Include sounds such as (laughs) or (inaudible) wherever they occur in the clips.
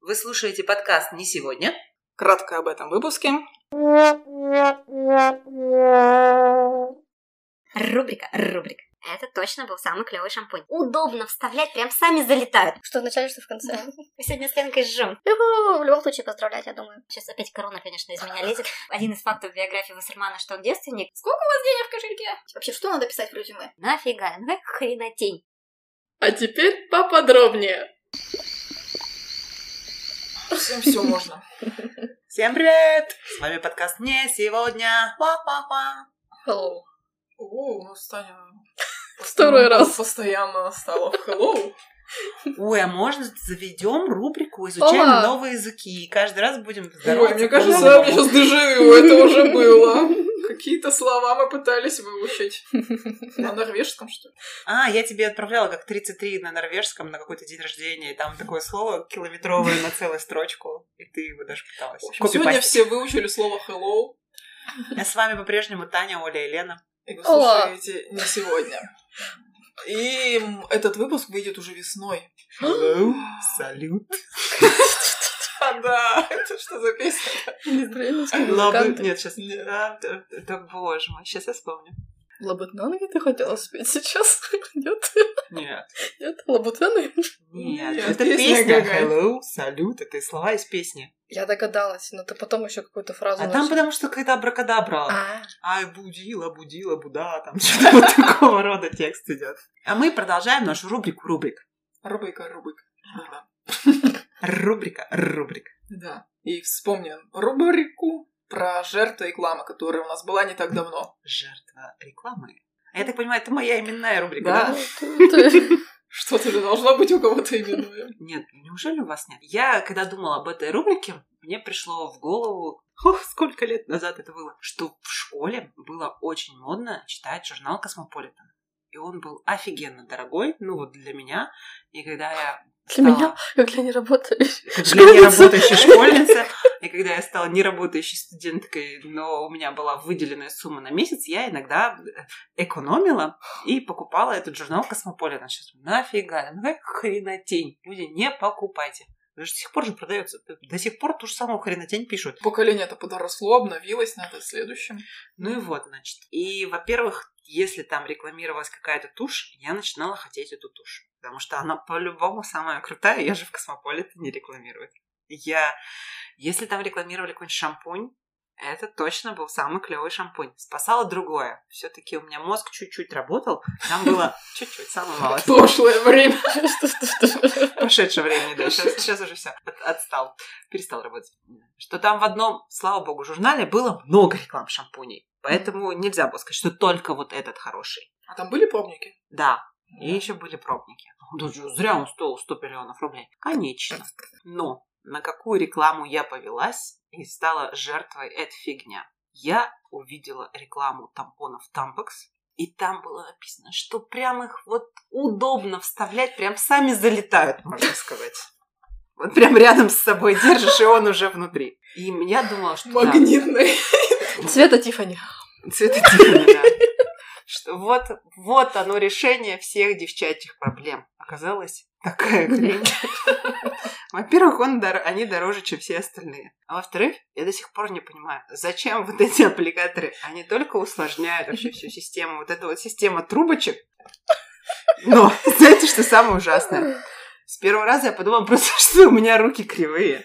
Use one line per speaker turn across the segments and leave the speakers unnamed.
Вы слушаете подкаст «Не сегодня».
Кратко об этом выпуске.
Рубрика, рубрика. Это точно был самый клевый шампунь. Удобно вставлять, прям сами залетают.
Что в начале, что в конце.
Мы сегодня с Ленкой жжем.
Люблю, в любом случае поздравлять, я думаю.
Сейчас опять корона, конечно, из меня лезет. Один из фактов биографии Вассермана, что он девственник. Сколько у вас денег в кошельке?
Вообще, что надо писать в резюме?
Нафига? Ну какая хренотень.
А теперь поподробнее.
Всем все можно.
Всем привет! С вами подкаст «Не сегодня». Па-па-па.
Hello.
О, ну Саня...
(laughs) Второй раз.
Постоянно стало в hello.
Ой, а можно заведем рубрику «Изучаем
О.
новые языки» и каждый раз будем
Ой,
здороваться
мне кажется,
по-новому.
я сейчас дежавю, это уже
(laughs)
было. Какие-то слова мы пытались выучить. На норвежском, что ли?
А, я тебе отправляла как 33 на норвежском на какой-то день рождения, и там такое слово километровое на целую строчку, и ты его даже пыталась.
В общем, сегодня
копипастить.
все выучили слово hello.
А с вами по-прежнему Таня, Оля и Лена.
И вы слушаете не сегодня. И м, этот выпуск выйдет уже весной. (laughs)
Hello, салют.
А, да, это что за песня?
Израильские
Лабы...
музыканты.
Нет, а, сейчас... Да, да, да, боже мой, сейчас я вспомню.
Лабутнанги ты хотела спеть сейчас? (laughs) Нет,
Нет.
нет, лабутаны.
Нет,
Нет,
это
песня
песня
какая-то.
Hello, салют, это слова из песни.
Я догадалась, но ты потом еще какую-то фразу...
А там
начала.
потому что какая-то абракадабра.
А,
Ай, будила, будила, буда, там (laughs) что-то вот такого рода текст идет. А мы продолжаем нашу рубрику рубрик.
Рубрика, рубрика. Да.
Рубрика, рубрик.
Да. И вспомним рубрику про жертву рекламы, которая у нас была не так давно.
Жертва рекламы. А Я так понимаю, это моя именная рубрика,
Да.
А,
да?
(laughs)
Что-то же должно быть у кого-то именное.
Нет, неужели у вас нет? Я, когда думала об этой рубрике, мне пришло в голову, (laughs) ох, сколько лет назад это было, что в школе было очень модно читать журнал «Космополитен». И он был офигенно дорогой, ну вот для меня. И когда я
Для
стала-
меня, как я не работаю.
как для неработающей школьницы, и когда я стала неработающей студенткой, но у меня была выделенная сумма на месяц, я иногда э, экономила и покупала этот журнал «Космополитен». Сейчас нафига, ну какая хренотень, люди, не покупайте. Потому что До сих пор же продается. До сих пор ту же самую хренотень пишут.
Поколение-то подросло, обновилось, надо следующим.
Ну и вот, значит. И, во-первых, если там рекламировалась какая-то тушь, я начинала хотеть эту тушь. Потому что она по-любому самая крутая, я же в Космополе не рекламирую. Я... Если там рекламировали какой-нибудь шампунь, это точно был самый клевый шампунь. Спасало другое. Все-таки у меня мозг чуть-чуть работал. Там было чуть-чуть, самое мало.
Прошлое время.
Прошедшее время, да. Сейчас, уже все. отстал. Перестал работать. Что там в одном, слава богу, журнале было много реклам шампуней. Поэтому нельзя было сказать, что только вот этот хороший.
А там были пробники?
Да. И еще были пробники. Да чё, зря он стоил 100 миллионов рублей. Конечно. Но на какую рекламу я повелась и стала жертвой этой фигня? Я увидела рекламу тампонов Тампекс, и там было написано, что прям их вот удобно вставлять, прям сами залетают, можно сказать. Вот прям рядом с собой держишь, и он уже внутри. И я думала, что... да.
Магнитные.
Цвета Тиффани.
Цвета Тиффани, да. Что вот, вот оно решение всех девчачьих проблем. Оказалось, такая хрень. Во-первых, он дор- они дороже, чем все остальные. А во-вторых, я до сих пор не понимаю, зачем вот эти аппликаторы? Они только усложняют вообще всю систему. Вот эта вот система трубочек. Но знаете, что самое ужасное? С первого раза я подумала просто, (laughs) что у меня руки кривые.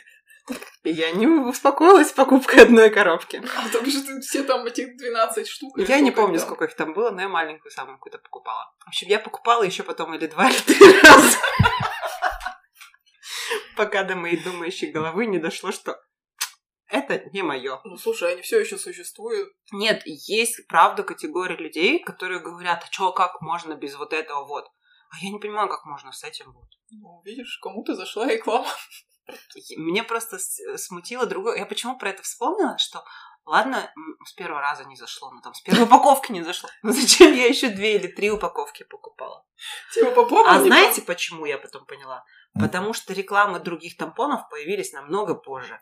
И я не успокоилась покупкой одной коробки.
А там же ты- все там этих 12 штук. или
Я не
сколько
помню,
там.
сколько их там было, но я маленькую самую какую-то покупала. В общем, я покупала еще потом или два, (laughs) или три раза. Пока до моей думающей головы не дошло, что это не мое.
Ну слушай, они все еще существуют.
Нет, есть, правда, категория людей, которые говорят, а чё, как можно без вот этого вот? А я не понимаю, как можно с этим вот.
Ну, видишь, кому-то зашла реклама. (laughs)
И Мне просто с- э, смутило другое. Я почему про это вспомнила, что ладно, м, с первого раза не зашло, ну там с первой упаковки не зашло. Но зачем я еще две или три упаковки покупала?
Типа попробуй.
А
не
знаете, почему я потом поняла? Потому что рекламы других тампонов появились намного позже.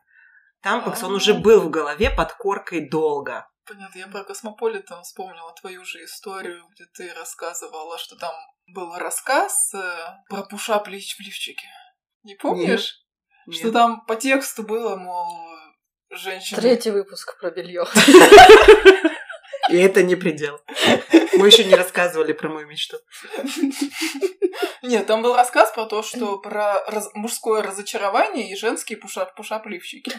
Тампекс, он уже был в голове под коркой долго.
Понятно, я про Космополитен вспомнила твою же историю, где ты рассказывала, что там был рассказ э, про пушап лич в лифчике. Не помнишь? Что там по тексту было, мол, женщина...
Третий выпуск про белье.
И это не предел. Мы еще не рассказывали про мою мечту.
Нет, там был рассказ про то, что про раз- мужское разочарование и женские пуша-
(laughs)
пушапливщики.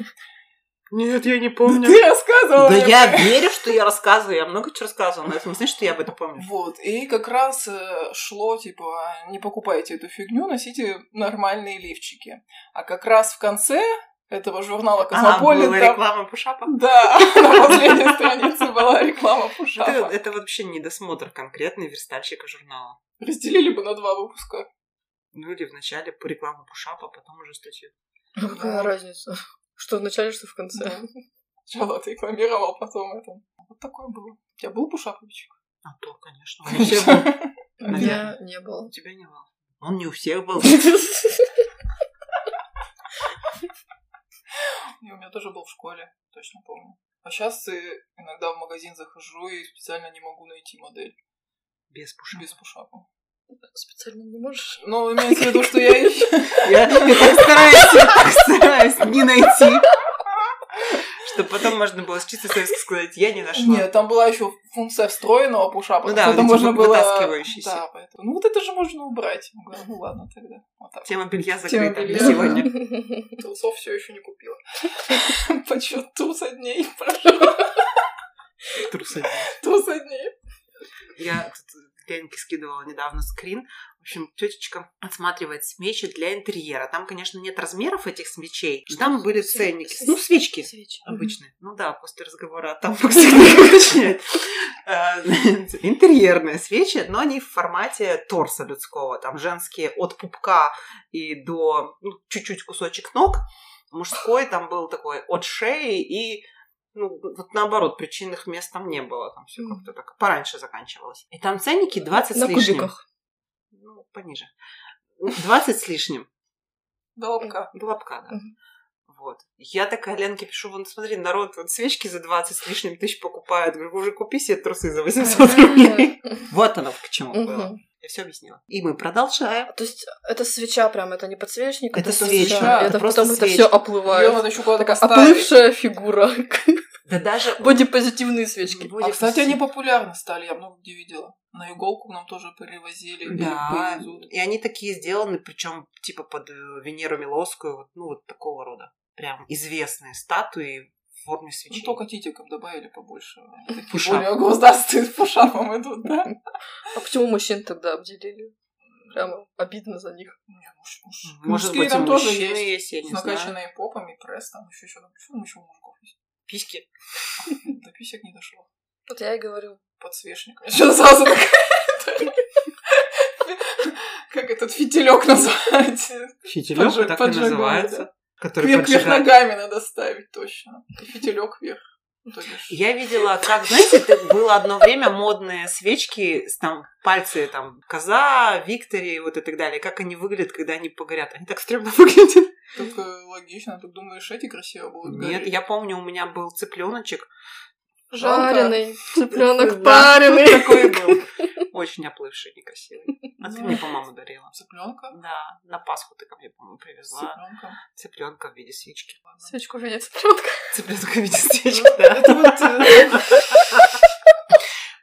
Нет, я не
Ты рассказывала
Да
мне
я верю, что я рассказываю. Я много чего рассказывала, но это не значит, что я об этом помню.
Вот, и как раз э, шло, типа, не покупайте эту фигню, носите нормальные лифчики. А как раз в конце этого журнала
Ага,
Космополит...
была
там-
реклама пушапа.
Да, (laughs) на последней странице была реклама
Это,
Пушапа.
это вообще недосмотр конкретный верстальщика журнала.
Разделили бы на два выпуска.
Ну или вначале по рекламу пушапа, потом уже статью.
Какая разница? Что в начале, что в конце.
Сначала ты рекламировал, потом это. Вот такое было. У тебя был Пушапович?
А то, конечно. У всех (laughs) был.
(laughs)
У меня не было.
У тебя не было. Он не у всех был.
И у меня тоже был в школе, точно помню. А сейчас иногда в магазин захожу и специально не могу найти модель
(laughs) Без пушапа.
без пушапа.
Специально не можешь?
Ну, имеется в виду, что я ищу.
Я я так стараюсь, я так стараюсь не найти. Чтобы потом можно было с чистой совестью сказать, я не нашла.
Нет, там была еще функция встроенного пушапа.
Ну да,
что-то
вот эти
можно
вы-
было...
вытаскивающиеся.
Да, поэтому... Ну вот это же можно убрать. Я говорю, Ну ладно тогда. Вот так.
Тема белья
Тема
закрыта на
белья.
сегодня. (laughs)
Трусов все еще не купила. (laughs) Почему труса (laughs) дней прошло?
Трусы.
Труса дней.
Я, кстати, Ленке скидывала недавно скрин. В общем, тетечка отсматривает свечи для интерьера. Там, конечно, нет размеров этих свечей. Там были ценники. Ну, свечки.
Свечи.
обычные. Ну да, после разговора о том, (laughs) как всегда уточняет. Э, значит, Интерьерные свечи, но они в формате торса людского. Там женские от пупка и до ну, чуть-чуть кусочек ног. Мужской там был такой от шеи и ну, вот наоборот, причинных мест там не было. Там все
Мгм.
как-то так пораньше заканчивалось. И там ценники 20
На
с лишним.
кубиках.
Ну, пониже. 20 с лишним.
До лобка.
До лобка, А, да.
Мгм.
Вот. Я такая Ленке пишу, вон смотри, народ вот свечки за 20 с лишним тысяч покупает. Говорю, уже купи себе трусы за 800
(laughs)
рублей. Вот оно к чему было.
Мгм.
Я все объяснила. И мы продолжаем.
То есть это свеча прям, это не подсвечник,
Это свеча,
свеча.
да,
это
это просто
потом это
свеча.
все
Её
оплывает.
надо еще куда-то
Такая
поставить.
оплывшая фигура. (laughs)
Да даже... (laughs)
Бодипозитивные свечки.
А, кстати, они популярны стали, я много где видела. На иголку нам тоже перевозили.
Да,
привезут.
и они такие сделаны, причем типа под э, Венеру Милоскую, вот, ну вот такого рода. Прям известные статуи в форме
Ну,
свечей.
только титиков добавили побольше. Такие
Пушап.
Более государственные с пушапом идут, да?
А почему мужчин тогда обделили? Прямо обидно за них.
Не, ну муж- муж-
Может
мужские
быть, и
там тоже
мужчины есть,
есть.
я не
С
знаю.
накачанными попами, пресс, там еще что-то. ну, Почему еще у мужиков есть?
Письки.
(laughs) До писек не дошло.
Вот я и говорю.
Подсвечник. (laughs) Сейчас сразу такая... Как этот фитилек называется?
Фитилёк,
Поджи-
так и
поджигают,
называется. Который
Вверх, вверх
поджигает.
ногами надо ставить точно. И фитилек вверх. Ну, то бишь,
Я видела, как, знаете, это было одно время модные свечки, с там пальцы, там, коза, Виктори, вот и так далее. Как они выглядят, когда они погорят. Они так стрёмно (laughs) выглядят.
Так э, логично. Ты думаешь, эти красиво будут
Нет, я помню, у меня был цыпленочек.
Жалко.
Жареный цыпленок
Да,
пареный.
Такой был. Очень оплывший, некрасивый. А ты мне, по-моему, дарила.
Цыпленка.
Да, на Пасху ты ко мне, по-моему, привезла цыпленка в виде свечки.
Свечку уже нет цыпленка.
Цыпленка в виде свечки, да. э,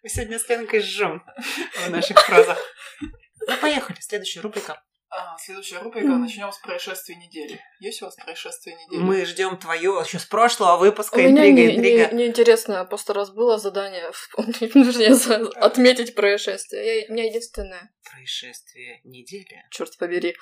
Мы сегодня с Ленкой жжем в наших фразах. Ну, поехали. Следующая рубрика.
А, Следующая рубрика. Начнем с происшествий недели. Есть у вас происшествие недели?
Мы ждем твое еще с прошлого выпуска.
У меня
интрига,
не,
интрига.
не, неинтересно, просто раз было задание вспомнить, (laughs) вернее, за- отметить происшествие. Я, у меня единственное,
Происшествие недели.
черт побери.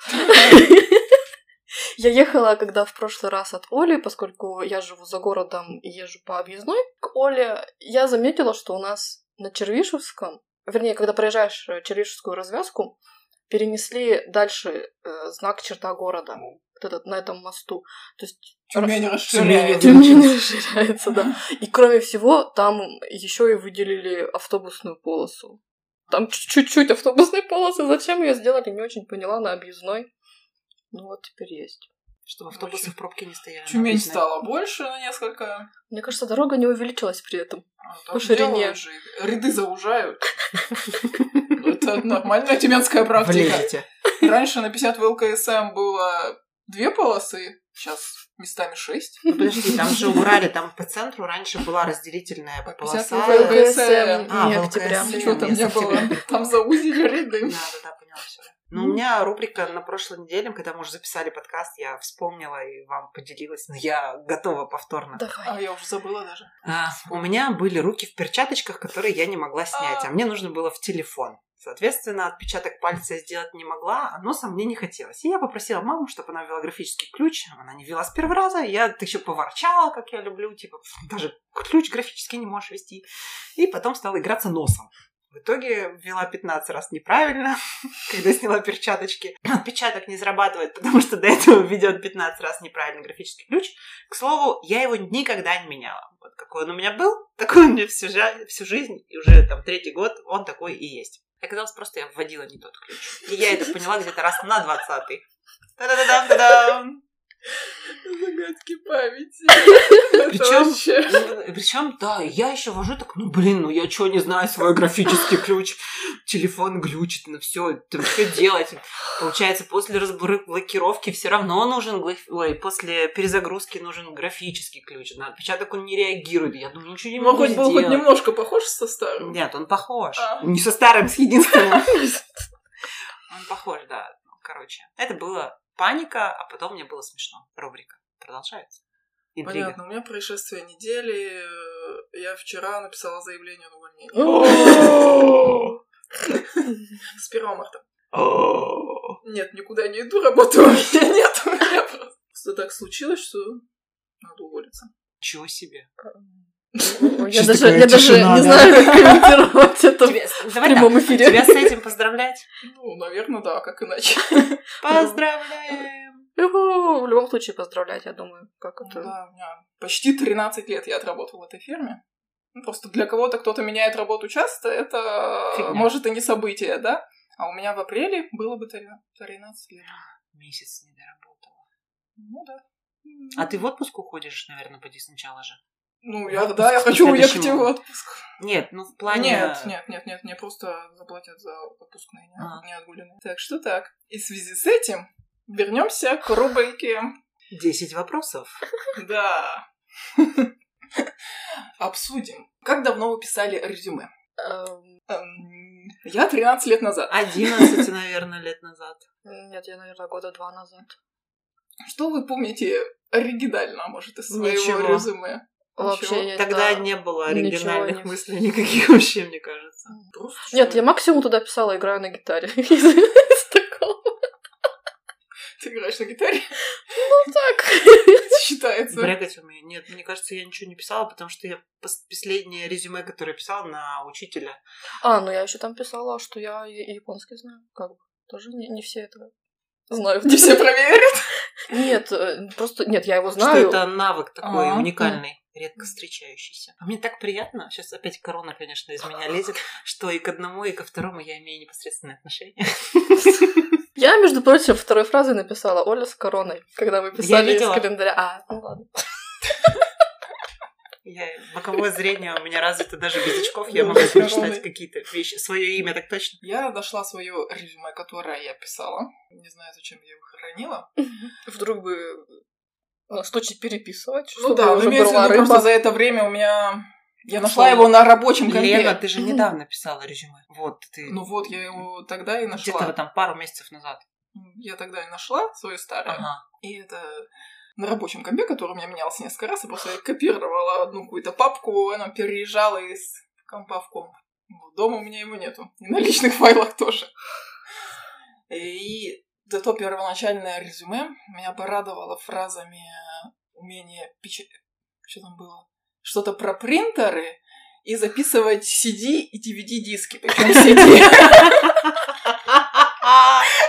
Я ехала, когда в прошлый раз от Оли, поскольку я живу за городом и езжу по объездной к Оле, я заметила, что у нас на Червишевском, вернее, когда проезжаешь э, Червишевскую развязку, перенесли дальше э, знак черта города, вот этот, на этом мосту. То есть
Тюмень расширяет.
Тюмень.
Тюмень расширяется, да. И кроме всего, там еще и выделили автобусную полосу. Там ч- чуть-чуть автобусной полосы. Зачем ее сделали, не очень поняла, на объездной. Ну вот теперь есть.
Чтобы автобусы в пробке не стояли.
Тюмень
Обычно.
стало больше на несколько.
Мне кажется, дорога не увеличилась при этом.
А, так
По ширине.
делают же. Ряды заужают. Ну, Это нормальная тюменская практика.
Влезете.
Раньше на 50 в ЛКСМ было две полосы, Сейчас местами шесть.
Ну, подожди, там же Урале, там по центру раньше была разделительная полоса.
50 рублей.
А,
не
ВЛКСМ.
октября.
Блин,
Ничего там не
место
было. Там заузили
Да,
ряды.
да, да, поняла все. Ну, у меня рубрика на прошлой неделе, когда мы уже записали подкаст, я вспомнила и вам поделилась, но я готова повторно.
Давай.
А я уже забыла даже.
А, у меня были руки в перчаточках, которые я не могла снять, а мне нужно было в телефон. Соответственно, отпечаток пальца я сделать не могла, а носа мне не хотелось. И я попросила маму, чтобы она ввела графический ключ. Она не ввела с первого раза. Я еще поворчала, как я люблю, типа, (laughs) даже ключ графический не можешь вести. И потом стала играться носом. В итоге ввела 15 раз неправильно, (laughs) когда сняла перчаточки. Отпечаток не зарабатывает, потому что до этого ведет 15 раз неправильно графический ключ. К слову, я его никогда не меняла. Вот какой он у меня был, (laughs) такой он у меня всю, жа- всю жизнь, и уже там третий год он такой и есть. Оказалось, просто я вводила не тот ключ. И я это поняла где-то раз на двадцатый. Та-да-да-дам, та-дам.
Загадки памяти.
Причем- Причем, да, я еще вожу так, ну блин, ну я что не знаю свой графический ключ. Телефон глючит, ну все, там что делать? Получается, после разблокировки все равно нужен, глиф- ой, после перезагрузки нужен графический ключ. На отпечаток он не реагирует. Я думаю, ничего не
Ну,
могу
хоть был
сделать.
хоть немножко похож со старым.
Нет, он похож.
А.
Не со старым, с единственным.
(laughs)
Он похож, да. Ну, Короче, это была паника, а потом мне было смешно. Рубрика продолжается. Интрига.
Понятно, у меня происшествие недели. Э, Я вчера написала заявление на увольнение.
О!
С 1 марта.
О.
Нет, никуда не иду, работы у меня нет. У меня просто так случилось, что надо уволиться.
Чего себе.
Я
Сейчас
даже
такая
я даже
тишина, да?
не знаю, как комментировать это
Тебе-
в
давай так,
прямом эфире.
Тебя с этим поздравлять?
Ну, наверное, да, как иначе.
Поздравляем!
Юху, В любом случае поздравлять, я думаю, как
Ну
это.
Да, у меня почти 13 лет я отработала в этой фирме. Ну, просто для кого-то кто-то меняет работу часто, это
Фигня.
может и не событие, да? А у меня в апреле было бы 13 лет.
Месяц не доработала.
Ну да.
А ты в отпуск уходишь, наверное, поди сначала же.
Ну,
в
я,
отпуск
да, я
по
хочу уехать
следующему?
в отпуск.
Нет, ну в плане...
Нет, нет, нет, нет, мне просто заплатят за отпускные, не,
А.
не отгуленные. Так что так. И в связи с этим вернемся к рубрике.
10 вопросов.
Да. (laughs) Обсудим. Как давно вы писали резюме?
Эм,
Эм, Я 13 лет назад.
11, наверное, лет назад.
Нет, я, наверное, года два назад.
Что вы помните оригинально, может, из своего
Ничего.
резюме?
Вообще я
Тогда
это-
не было
ничего
оригинальных
не-
мыслей никаких вообще, мне кажется.
Просто
Нет, я максимум туда писала, играю на гитаре. (laughs) Из такого.
Ты играешь на гитаре? (laughs)
Ну так.
Это считается.
Брякать умею. Нет, мне кажется, я ничего не писала, потому что я пос- последнее резюме, которое писала на учителя.
А, ну я еще там писала, что я и- и японский знаю. Как бы. Тоже не, не все это знают.
Не все проверят.
Нет, э, просто нет, я его знаю.
Что это навык такой
А,
уникальный, редко встречающийся. А мне так приятно. Сейчас опять корона, конечно, из меня лезет, что и к одному, и ко второму я имею непосредственное отношение.
Я, между прочим, второй фразой написала Оля с короной, когда вы писали
видела.
из календаря. А, ну ладно.
Я, боковое зрение у меня развито даже без очков. Я могу
Да, с короной.
прочитать какие-то вещи. Свое имя так точно.
Я нашла свое резюме, которое я писала. Не знаю, зачем я его хранила.
Вдруг бы а, что чуть переписывать,
Ну
чтобы
да,
уже
ну, имеется в
была
виду,
рыба.
просто за это время у меня... Я нашла
Что?
его на рабочем
Лена,
компе.
ты же недавно писала резюме. Вот, ты
Ну вот, я его тогда и
где-то
нашла.
там пару месяцев назад.
Я тогда и нашла свое старое.
Ага.
И это на рабочем компе, который у меня менялся несколько раз, я просто копировала одну какую-то папку, она переезжала из компа в комп. Вот дома у меня его нету. И на личных (laughs) файлах тоже. И зато первоначальное резюме меня порадовало фразами умение печатать... Что там было? Что-то про принтеры и записывать CD и DVD-диски. Причем (laughs) CD.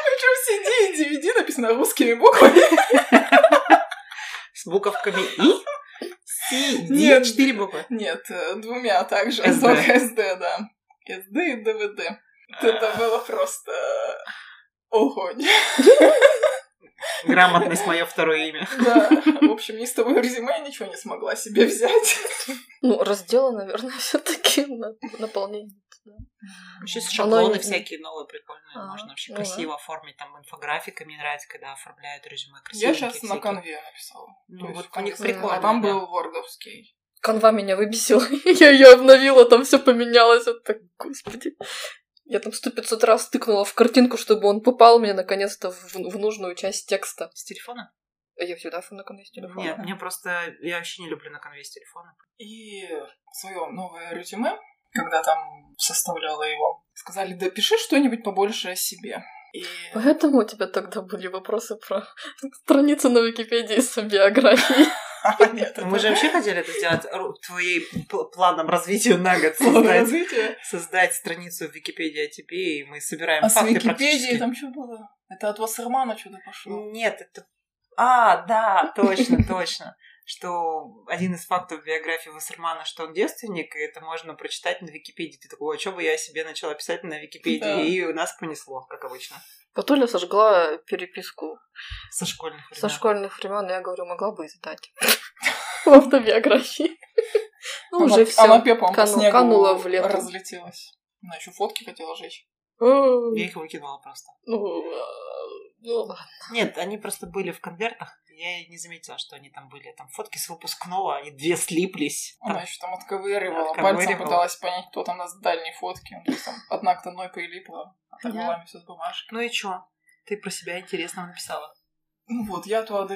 Причем CD и DVD написано русскими буквами.
С буковками И, Си, Ди,
Нет.
четыре буквы.
Нет, э, двумя также.
SD.
Только СД, да. СД и ДВД. Это было просто... э, Огонь.
Грамотность мое второе имя.
Да. (laughs) В общем, ни с того резюме я ничего не смогла себе взять.
(laughs) Ну, разделы, наверное, все таки на наполнение.
Сейчас
Оно
шаблоны
не-
всякие новые прикольные.
А,
Ага.
Можно вообще
Ну
красиво оформить там инфографика. Мне нравится, когда оформляют резюме красиво.
Я сейчас на конве написала. То
Ну
есть
вот у
конве.
них
конве.
прикольно.
А там
да.
был вордовский.
Канва меня выбесила. (laughs) Я ее обновила, там все поменялось. Я так, господи. Я там сто пятьсот раз тыкнула в картинку, чтобы он попал мне наконец-то в, в нужную часть текста.
С телефона?
А Я всегда на конве с телефона.
Нет, мне просто... Я вообще не люблю на конве с телефона.
И свое новое резюме, когда там составляла его, сказали, допиши что-нибудь побольше о себе.
(laughs)
И (laughs)
Поэтому у тебя тогда были вопросы про (laughs) страницы на Википедии с (laughs) биографией.
Нет, это- (laughs)
Мы же вообще хотели это сделать ру- твоей пл- планом развития на год создать.
Развитие.
создать страницу в Википедии о тебе, и мы собираем
А с
факты
Википедии
практически.
там что было? Это от Вассермана что-то пошло.
Нет, это... А, да,
(laughs)
точно, точно. Что один из фактов биографии Вассермана, что он девственник, и это можно прочитать на Википедии. Ты такой, а что бы я себе начала писать на Википедии?
Да.
И у нас понесло, как обычно,
Патуля сожгла переписку
со школьных времен.
со школьных времен. Я говорю, могла бы издать (laughs) в автобиографии. Ну,
Она-
уже все.
Она пеплом по
Кану-
снегу
канула в лету.
разлетелась. Она еще фотки хотела жечь.
Я их выкинула просто.
Ну, э, ну ладно.
Нет, они просто были в конвертах. Я и не заметила, что они там были. Там фотки с выпускного, они две слиплись. Там
Она еще там отковыривала,
Отковыривала.
пальцем пыталась понять, кто там на дальней фотке. Ну, то есть там одна к одной прилипла, а так
Я-
была все с бумажки.
Ну и чё? Ты про себя интересного написала.
Ну вот, я туда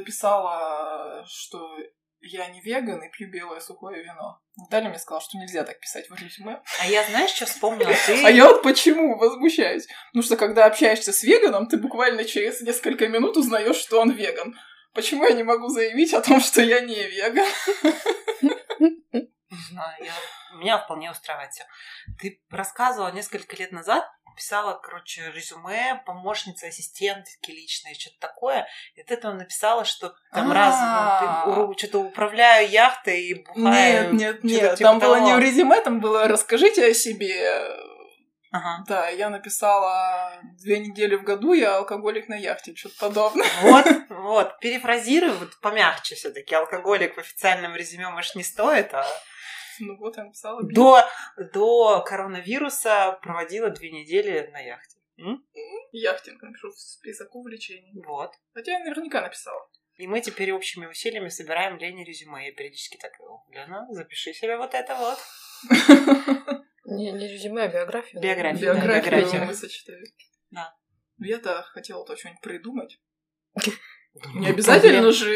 дописала, что я не веган и пью белое сухое вино. Наталья мне сказала, что нельзя так писать в резюме.
А я знаешь, что вспомнила? Ты...
А я вот почему возмущаюсь. Потому что когда общаешься с веганом, ты буквально через несколько минут узнаешь, что он веган. Почему я не могу заявить о том, что я не веган?
Не знаю, я- меня вполне устраивает все. Ты рассказывала несколько лет назад, писала, короче, резюме, помощница, ассистентки личные, что-то такое. И ты там написала, что там
А.
раз ну, что-то управляю яхтой и бухаю.
Нет, нет,
что-то
нет.
типа
Там было
того.
не в резюме, там было «расскажите о себе».
Ага.
Да, я написала две недели в году, я алкоголик на яхте, что-то подобное. (laughs)
Вот, вот, перефразируй, вот помягче все таки Алкоголик в официальном резюме, может, не стоит, а
Ну вот, я написала.
до, до коронавируса проводила две недели на яхте. М?
Яхтинг напишу в список увлечений.
Вот.
Хотя я наверняка написала.
И мы теперь общими усилиями собираем Лене резюме. Я периодически так говорю, Лена, запиши себе вот это вот.
Не, не резюме, а биографию.
Биографию, да,
Биографию
биографию.
мы сочетали.
Да.
Ну, Я-то хотела-то что-нибудь придумать. Не обязательно же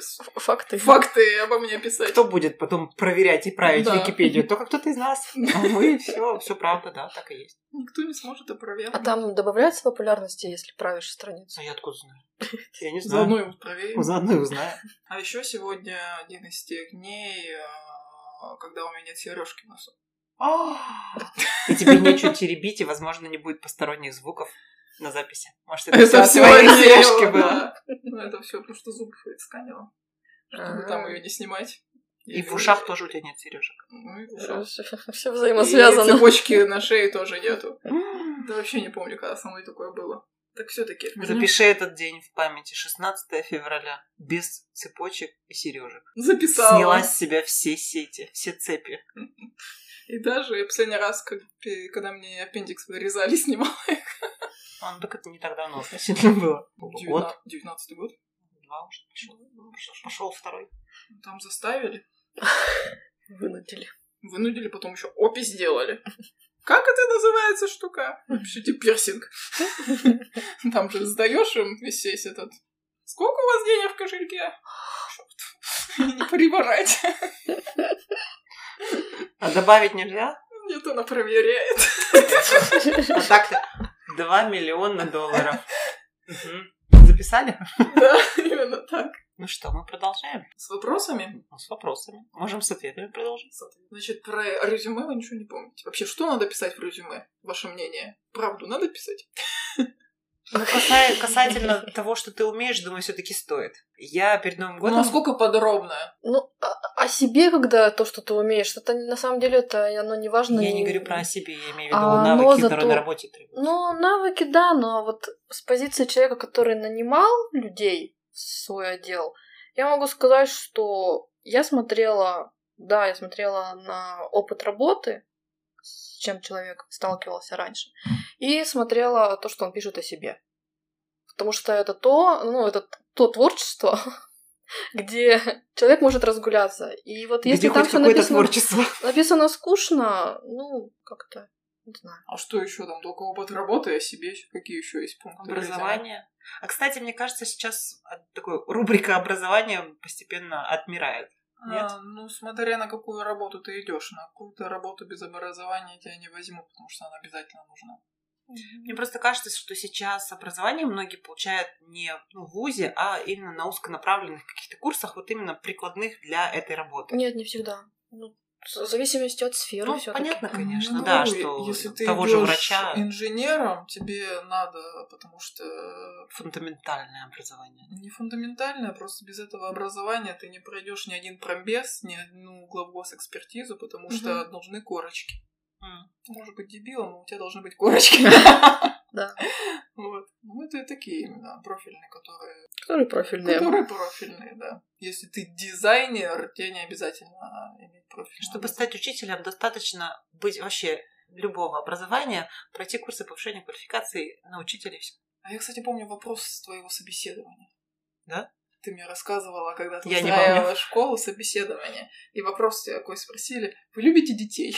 с-
Ф- Факты.
факты обо мне писать.
Кто будет потом проверять и править
Да.
Википедию? Только кто-то из нас.
(laughs)
А мы все, все правда, да, так и есть.
Никто не сможет опровергнуть.
А там добавляется популярности, если правишь страницу?
А я откуда знаю? Я не
Заодно
знаю.
его проверим.
Заодно и узнаю.
А еще сегодня один из тех дней, э, когда у меня нет сережки в носу.
А! И тебе нечего теребить, и, возможно, не будет посторонних звуков на записи. Может, это, все
Это все
твои
от нее,
сережки было.
да. Ну, это все, потому что зубы исканила. Чтобы
А.
Ну, там ее не снимать.
И в ушах тоже у тебя нет сережек.
Ну, и в ушах.
(laughs) Все
И
взаимосвязано.
цепочки на шее
(gasps)
тоже нету. Да вообще не помню, когда со мной такое было. Так все таки
Запиши этот день в памяти. 16 февраля. Без цепочек и сережек.
Записала.
Сняла с себя все сети, все цепи.
И даже я последний раз, как пе- когда мне аппендикс вырезали, (laughs) снимала.
А, ну так это не так давно относительно было. Ну, Год,
Девятнадцатый год.
два уже пошел. Пошел второй.
Там заставили.
(laughs) Вынудили.
Вынудили, потом еще опись сделали. Как это называется штука? Вообще тебе пирсинг. Там же сдаешь им весь весь этот. Сколько у вас денег в кошельке? Чёрт. Не приборать.
А добавить нельзя?
Нет, она проверяет.
А так-то 2 миллиона долларов. Мгм. Записали?
Да, именно так.
Ну что, мы продолжаем?
С вопросами?
Ну, С вопросами. Можем с ответами продолжить.
Значит, про резюме вы ничего не помните. Вообще, что надо писать в резюме? Ваше мнение? Правду надо писать?
Ну, каса- касательно того, что ты умеешь, думаю, все таки стоит. Я перед Новым
Ну,
годом...
насколько подробно?
Ну, а, а себе, когда то, что ты умеешь, это на самом деле это оно не важно.
Я не
ни-
говорю про себя, я имею в виду
А, но
навыки,
зато-
которые на работе требуются.
Ну, навыки, да, но вот с позиции человека, который нанимал людей в свой отдел, я могу сказать, что я смотрела, да, я смотрела на опыт работы с чем человек сталкивался раньше. И смотрела то, что он пишет о себе. Потому что это то, ну, это то творчество, (laughs) где человек может разгуляться. И вот если
Где
там
хоть какое-то
все написано,
творчество.
написано скучно, ну, как-то, не знаю.
А что еще там? Только опыт работы о себе. ещё Какие еще есть пункты?
Образование. А, кстати, мне кажется, сейчас от- такой рубрика образования постепенно отмирает.
А,
Нет?
ну, смотря на какую работу ты идешь, на какую-то работу без образования тебя не возьмут, потому что она обязательно нужна.
Мне просто кажется, что сейчас образование многие получают не ну, в ВУЗе, а именно на узконаправленных каких-то курсах, вот именно прикладных для этой работы.
Нет, не всегда. Ну, в зависимости от сферы
Ну,
всё-таки.
понятно, конечно,
Ну,
да,
и
что
если ты
того же
идёшь
врача
инженером, тебе надо, потому что
фундаментальное образование.
не фундаментально, просто без этого образования ты не пройдешь ни один промбез, ни одну главгос экспертизу, потому что должны корочки.
М.
Ты можешь быть дебилом, но у тебя должны
(laughs)
быть корочки.
Да.
Вот. Ну, это и такие именно профильные, которые
Которые профильные.
Которые профильные, да. Если ты дизайнер, тебе не обязательно иметь профиль.
Чтобы стать учителем, достаточно быть вообще любого образования, пройти курсы повышения квалификации на учителя. и всё.
А я, кстати, помню вопрос с твоего собеседования.
Да?
Ты мне рассказывала, когда ты
Я не
устраивала школу собеседование. И вопрос тебя такой спросили. Вы любите детей?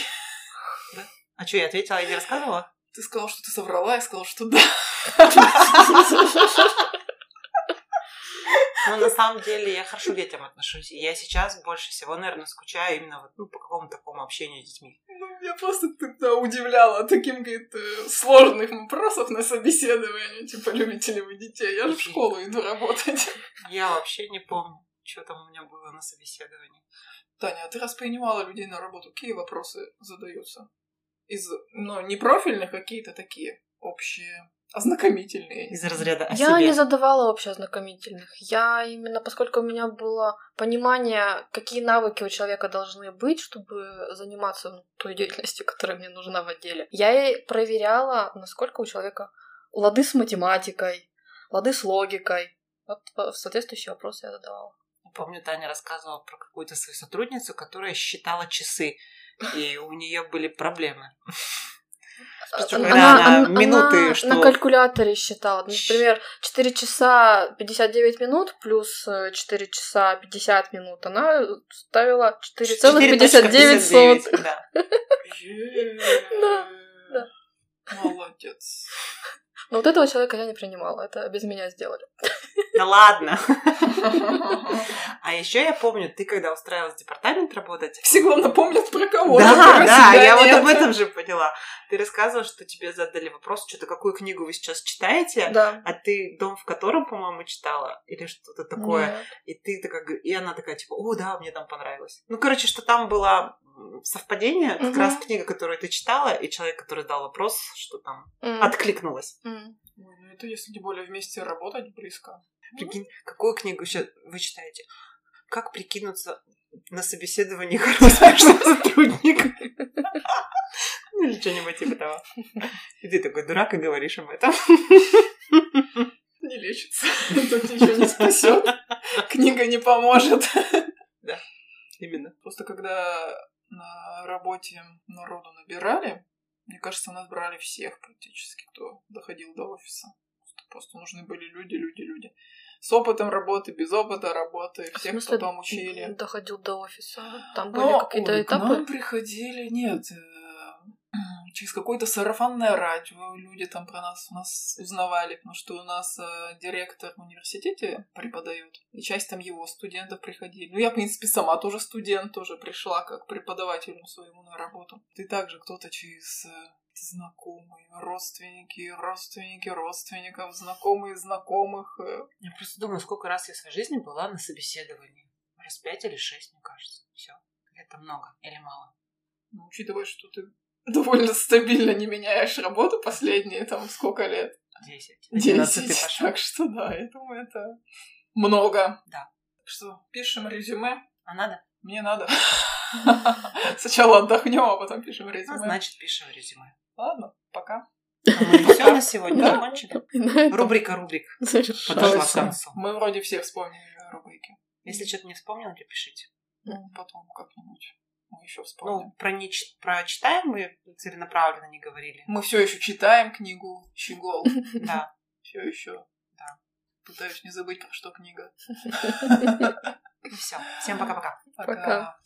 А что, я ответила, я не рассказывала?
Ты сказал, что ты соврала, я сказала, что да.
Но Ну, на самом деле я хорошо к детям отношусь. И я сейчас больше всего, наверное, скучаю именно вот, ну, по какому-то такому общению с детьми.
Ну, меня просто тогда удивляло таким, говорит, э, сложных вопросов на собеседовании. Типа, любите ли вы детей? Я же в школу иду работать.
Я вообще не помню, что там у меня было на собеседовании.
Таня, а ты раз принимала людей на работу, какие вопросы задаются? Из, ну, не профильных, а какие-то такие общие, ознакомительные.
Из разряда о
Я
себе.
не задавала вообще ознакомительных. Я именно, поскольку у меня было понимание, какие навыки у человека должны быть, чтобы заниматься ну, той деятельностью, которая мне нужна в отделе, я и проверяла, насколько у человека лады с математикой, лады с логикой. Вот э, соответствующие вопросы я задавала.
Я Помню, Таня рассказывала про какую-то свою сотрудницу, которая считала часы, и у нее были проблемы. Причём,
А, Она-
когда
она-
она минуты,
она
что-
на калькуляторе считала. Например, 4 часа 59 минут плюс э, 4 часа 50 минут. Она ставила 4,59 сот.
4,59, Да.
(laughs) Да, да.
Молодец.
Но вот этого человека я не принимала. Это без меня сделали.
Да ладно. А еще я помню, ты когда устраивалась в департамент работать,
Все, главное, помнят про кого-то.
да,
про
да,
себя
я вот
нет.
об этом же поняла. Ты рассказывала, что тебе задали вопрос, что-то какую книгу вы сейчас читаете,
Да.
а ты дом, в котором, по-моему, читала, или что-то такое.
Нет.
И ты такая, г- и она такая, типа, о, да, мне там понравилось. Ну, короче, что там было м, совпадение, как
Мгм.
раз книга, которую ты читала, и человек, который дал вопрос, что там
М,
откликнулось.
м.
Ой, ну это если тем более вместе работать близко.
Прикинь, какую книгу сейчас вы читаете? Как прикинуться на (laughs) собеседовании успешным сотрудником? (laughs) Ну, или что-нибудь типа того. И ты такой дурак и говоришь им это.
Не лечится. (laughs) Тут ничего не спасет. Книга не поможет. (laughs)
Именно.
Просто когда на работе народу набирали, мне кажется, нас брали всех практически, кто доходил до офиса. Просто, просто нужны были люди, люди, люди. С опытом работы, без опыта работы,
В
всех
смысле,
потом учили. ну.
Доходил до офиса. Там были
Но
какие-то
А, ой, к нам
этапы.
приходили, нет, э, через какое-то сарафанное радио люди там про нас, нас узнавали, потому что у нас э, директор в университете преподает, и часть там его студентов приходили. Ну, я, в принципе, сама тоже студент, тоже пришла как преподавателю своему на работу. Ты также кто-то через э, знакомые, родственники, родственники родственников, знакомые знакомых. э,
Я просто думаю, сколько раз я в своей жизни была на собеседовании. Раз пять или шесть, мне кажется. Все. Это много или мало.
Ну, учитывая, что ты довольно стабильно не меняешь работу последние там сколько лет?
Десять. Одиннадцатый
Десять.
пошел.
Так что да, я думаю, это много.
Да.
Так Что, пишем резюме?
А надо?
Мне надо. (laughs) Сначала отдохнем, а потом пишем
Ну,
резюме.
значит, пишем резюме.
Ладно, пока.
Все на сегодня
Да.
закончили.
(laughs) И на этом
Рубрика рубрик подошла к
завершалось.
концу.
Мы вроде все вспомнили рубрики.
Если что-то не вспомнил, то пишите.
Ну, Потом как-нибудь. мы еще вспомним.
Ну, про, не, ч- про читаем мы целенаправленно не говорили.
мы все еще читаем книгу Щегол.
(laughs) Да.
Все еще. Да. Пытаюсь не забыть, про что книга.
Ну все. Всем пока-пока.
Пока.